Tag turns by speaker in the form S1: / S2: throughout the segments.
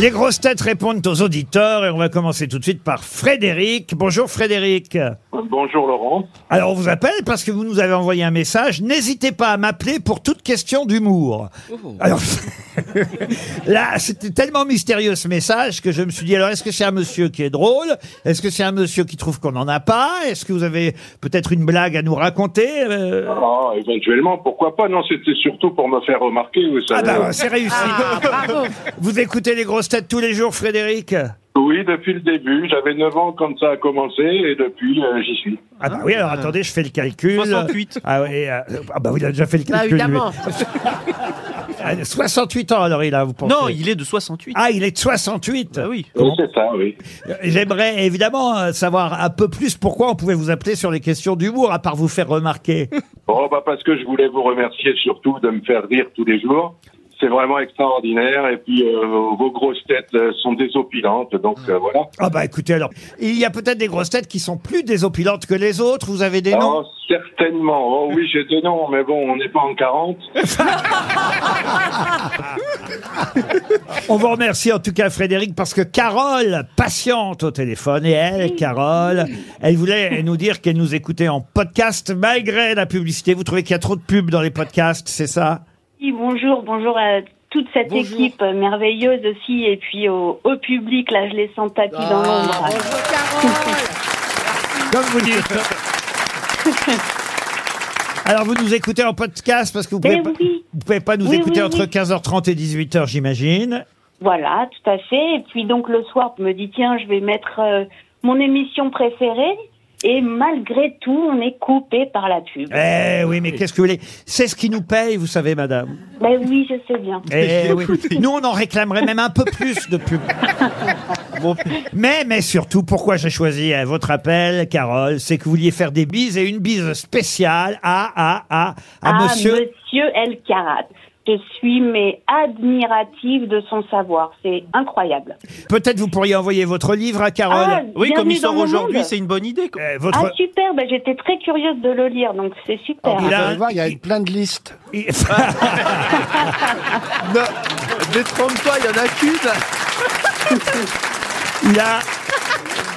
S1: Les grosses têtes répondent aux auditeurs et on va commencer tout de suite par Frédéric. Bonjour Frédéric.
S2: Bonjour Laurent.
S1: Alors on vous appelle parce que vous nous avez envoyé un message. N'hésitez pas à m'appeler pour toute question d'humour. Alors là, c'était tellement mystérieux ce message que je me suis dit alors est-ce que c'est un monsieur qui est drôle Est-ce que c'est un monsieur qui trouve qu'on n'en a pas Est-ce que vous avez peut-être une blague à nous raconter Euh,
S2: Ah, éventuellement, pourquoi pas Non, c'était surtout pour me faire remarquer, vous
S1: Ah
S2: savez.
S1: bah c'est réussi. Vous écoutez les grosses têtes tous les jours Frédéric
S2: Oui, depuis le début. J'avais 9 ans quand ça a commencé et depuis, euh, j'y suis.
S1: Ah bah oui, alors attendez, je fais le calcul.
S3: 68.
S1: Ah, oui, euh, ah bah oui, il a déjà fait le calcul. lui.
S4: évidemment.
S1: Ah, 68 ans alors il a, vous pensez
S3: Non, il est de 68.
S1: Ah, il est de 68
S3: Bah oui.
S2: Oui, c'est ça, oui.
S1: J'aimerais évidemment euh, savoir un peu plus pourquoi on pouvait vous appeler sur les questions d'humour, à part vous faire remarquer.
S2: Oh, bah parce que je voulais vous remercier surtout de me faire rire tous les jours. C'est vraiment extraordinaire et puis euh, vos grosses têtes euh, sont désopilantes, donc euh, voilà.
S1: Ah bah écoutez alors, il y a peut-être des grosses têtes qui sont plus désopilantes que les autres, vous avez des noms
S2: Oh, certainement. Oh oui, j'ai des noms, mais bon, on n'est pas en 40.
S1: On vous remercie en tout cas Frédéric parce que Carole patiente au téléphone et elle, Carole, elle voulait nous dire qu'elle nous écoutait en podcast malgré la publicité. Vous trouvez qu'il y a trop de pubs dans les podcasts, c'est ça
S5: Oui, bonjour, bonjour à toute cette
S4: Bonjour.
S5: équipe euh, merveilleuse aussi, et puis au, au public, là, je les sens tapis dans l'ombre.
S1: Comme vous dites. Alors vous nous écoutez en podcast parce que vous pouvez
S5: Eh
S1: pas,
S5: oui.
S1: vous pouvez pas nous
S5: Oui,
S1: écouter
S5: oui,
S1: entre
S5: oui.
S1: 15h30 et 18h j'imagine.
S5: Voilà, tout à fait. Et puis donc le soir, je me dis, tiens, je vais mettre euh, mon émission préférée, et malgré tout, on est coupé par la pub.
S1: Eh oui, mais qu'est-ce que vous voulez C'est ce qui nous paye, vous savez madame.
S5: Ben oui, je sais bien.
S1: Eh oui. Nous, on en réclamerait même un peu plus de pub. Bon. Mais, mais surtout, pourquoi j'ai choisi euh, votre appel, Carole, c'est que vous vouliez faire des bises et une bise spéciale à, à, à, à Ah, monsieur.
S5: Ah, El Karat. Je suis, mais admirative de son savoir. C'est incroyable.
S1: Peut-être vous pourriez envoyer votre livre à
S5: Ah,
S1: Carole.
S3: Oui,
S5: bienvenue
S3: comme il sort
S5: dans le
S3: aujourd'hui,
S5: monde.
S3: c'est une bonne idée. quoi.
S1: Euh,
S5: Ah
S1: votre...
S5: super, ben, j'étais très curieuse de le lire, donc c'est super.
S1: Ah, Il
S6: Ah, Vous
S1: a-
S6: allez voir, il y a plein de listes.
S1: il-
S3: Non, détrompe-toi, il y en a qu'une.
S1: il a...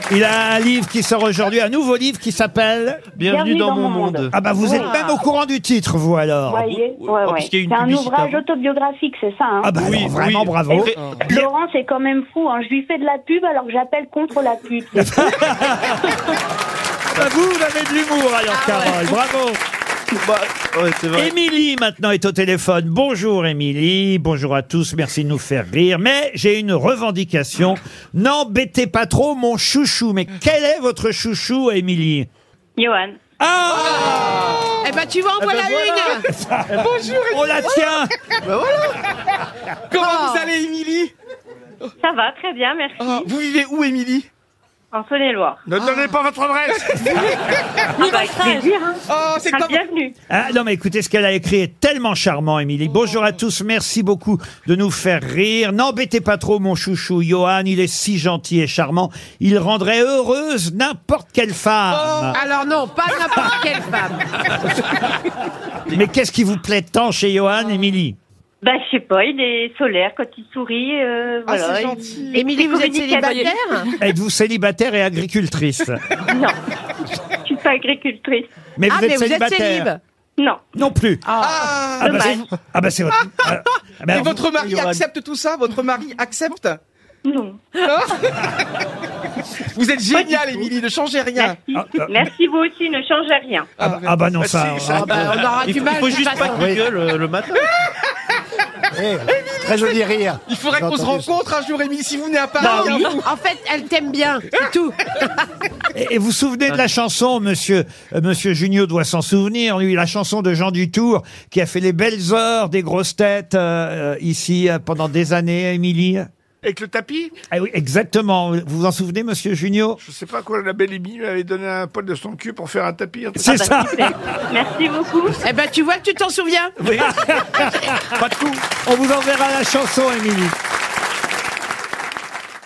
S1: Il a un livre qui sort aujourd'hui, un nouveau livre qui s'appelle...
S3: Bienvenue dans, mon monde.
S1: Ah bah vous êtes même au courant du titre, vous alors.
S5: voyez
S3: oui,
S5: ouais,
S3: oh,
S5: ouais.
S3: puisqu'il y a une
S5: C'est un
S3: publicité
S5: ouvrage
S3: avant.
S5: autobiographique, c'est ça. Hein
S1: Ah bah
S3: Oui,
S1: alors, vraiment
S3: oui.
S1: bravo.
S3: Et-
S5: Laurent, c'est quand même fou. Hein. Je lui fais de la pub alors que j'appelle contre la pub. C'est fou.
S1: Ah bah vous, vous avez de l'humour alors,
S3: Ah
S1: Carole. Bravo.
S3: Bah, ouais, c'est vrai.
S1: Émilie maintenant est au téléphone. Bonjour Émilie, bonjour à tous, merci de nous faire rire. Mais j'ai une revendication. N'embêtez pas trop mon chouchou. Mais quel est votre chouchou, Émilie
S5: Johan.
S1: Ah
S4: Eh ben, tu vas
S5: Euh,
S4: en voilà une
S1: On la tient
S3: Comment vous allez, Émilie
S5: Ça va, très bien, merci.
S4: Oh.
S3: Vous vivez où, Émilie
S5: En Saône-et-Loire.
S3: Ne donnez pas votre adresse. Oh, c'est comme...
S5: bienvenue.
S1: Ah, non mais écoutez, ce qu'elle a écrit est tellement charmant, Émilie. Bonjour à tous, merci beaucoup de nous faire rire. N'embêtez pas trop mon chouchou, Johan, il est si gentil et charmant. Il rendrait heureuse n'importe quelle femme.
S4: Alors non, pas n'importe quelle femme.
S1: Mais qu'est-ce qui vous plaît tant chez Johan, Émilie
S5: Bah, je sais pas, il est solaire quand il sourit. euh,
S4: Ah,
S5: voilà, il- il est
S4: Émilie,
S5: très
S4: vous êtes
S5: communicatif.
S4: célibataire
S1: Êtes-vous célibataire et agricultrice
S5: Non, je suis pas agricultrice.
S1: Mais vous
S4: Ah,
S1: êtes
S4: mais vous êtes
S1: célibataire
S4: célib.
S5: Non,
S1: Non plus.
S7: Ah,
S1: bah,
S5: dommage.
S1: c'est- ah bah c'est votre. ah, ah bah
S7: et
S1: alors,
S7: votre mari
S3: Johan. Ah,
S7: accepte tout ça Votre mari accepte
S5: non.
S7: Vous êtes génial, Émilie, ne changez rien.
S5: Merci.
S1: Ah, ah.
S5: Merci, vous aussi, ne changez rien.
S1: ah, bah- ah bah non ça.
S7: si,
S4: Ah bah, On aura
S3: Il
S4: du
S3: faut, il
S4: mal.
S3: faut
S4: de toute
S3: juste pas
S4: façon.
S3: qu'il gueule euh, le matin.
S6: Eh, très joli rire.
S7: Il faudrait qu'on se
S6: J'entends des-
S7: rencontre un jour, Émilie, si vous venez à
S4: Ah
S8: Bah
S7: Paris.
S4: oui, En fait, elle t'aime bien, c'est tout.
S1: Et, et vous vous souvenez de la chanson, Monsieur euh, Monsieur Junio doit s'en souvenir, lui, la chanson de Jean Dutour qui a fait les belles heures des grosses têtes euh, euh, ici euh, pendant des années, Émilie.
S8: Avec le tapis
S1: Ah oui, exactement. Vous vous en souvenez, Monsieur Junio
S8: Je sais pas quoi, la belle Émilie m'avait donné un poil de son cul pour faire un tapis. un truc.
S1: C'est ça.
S5: Merci beaucoup.
S4: Eh ben, tu vois que tu t'en souviens.
S3: Pas de coup.
S1: On vous enverra la chanson, Émilie.